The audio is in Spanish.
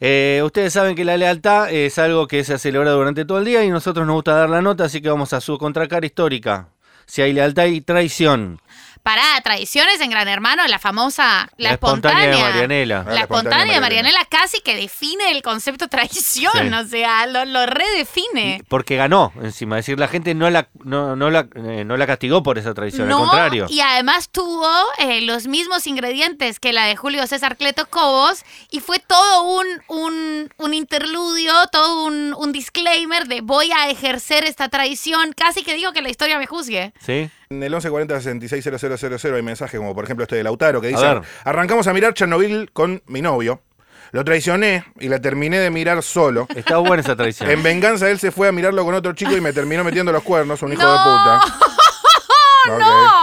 Eh, ustedes saben que la lealtad es algo que se celebra durante todo el día y nosotros nos gusta dar la nota, así que vamos a su contracara histórica. Si hay lealtad y traición. Pará, tradiciones en Gran Hermano, la famosa, la, La espontánea espontánea. de Marianela. La, Ah, espontánea la de espontánea de Marianela casi que define el concepto traición, Sí. o sea, lo, lo redefine. Porque ganó, encima. Es decir, la gente no la, no, no la, eh, no la castigó por esa traición, al contrario. y además tuvo eh, los mismos ingredientes que la de Julio César Cleto Cobos y fue todo un, un, un interludio, todo un, un disclaimer de voy a ejercer esta traición, casi que digo que la historia me juzgue. ¿Sí? En el 1140-660000 hay mensajes como por ejemplo este de Lautaro que A dice, ver. arrancamos a mirar Chernobyl con mi novio, lo traicioné y la terminé de mirar solo. Está buena esa traición. En venganza él se fue a mirarlo con otro chico y me terminó metiendo los cuernos, un hijo de ¡No! puta. Ok. ¡No!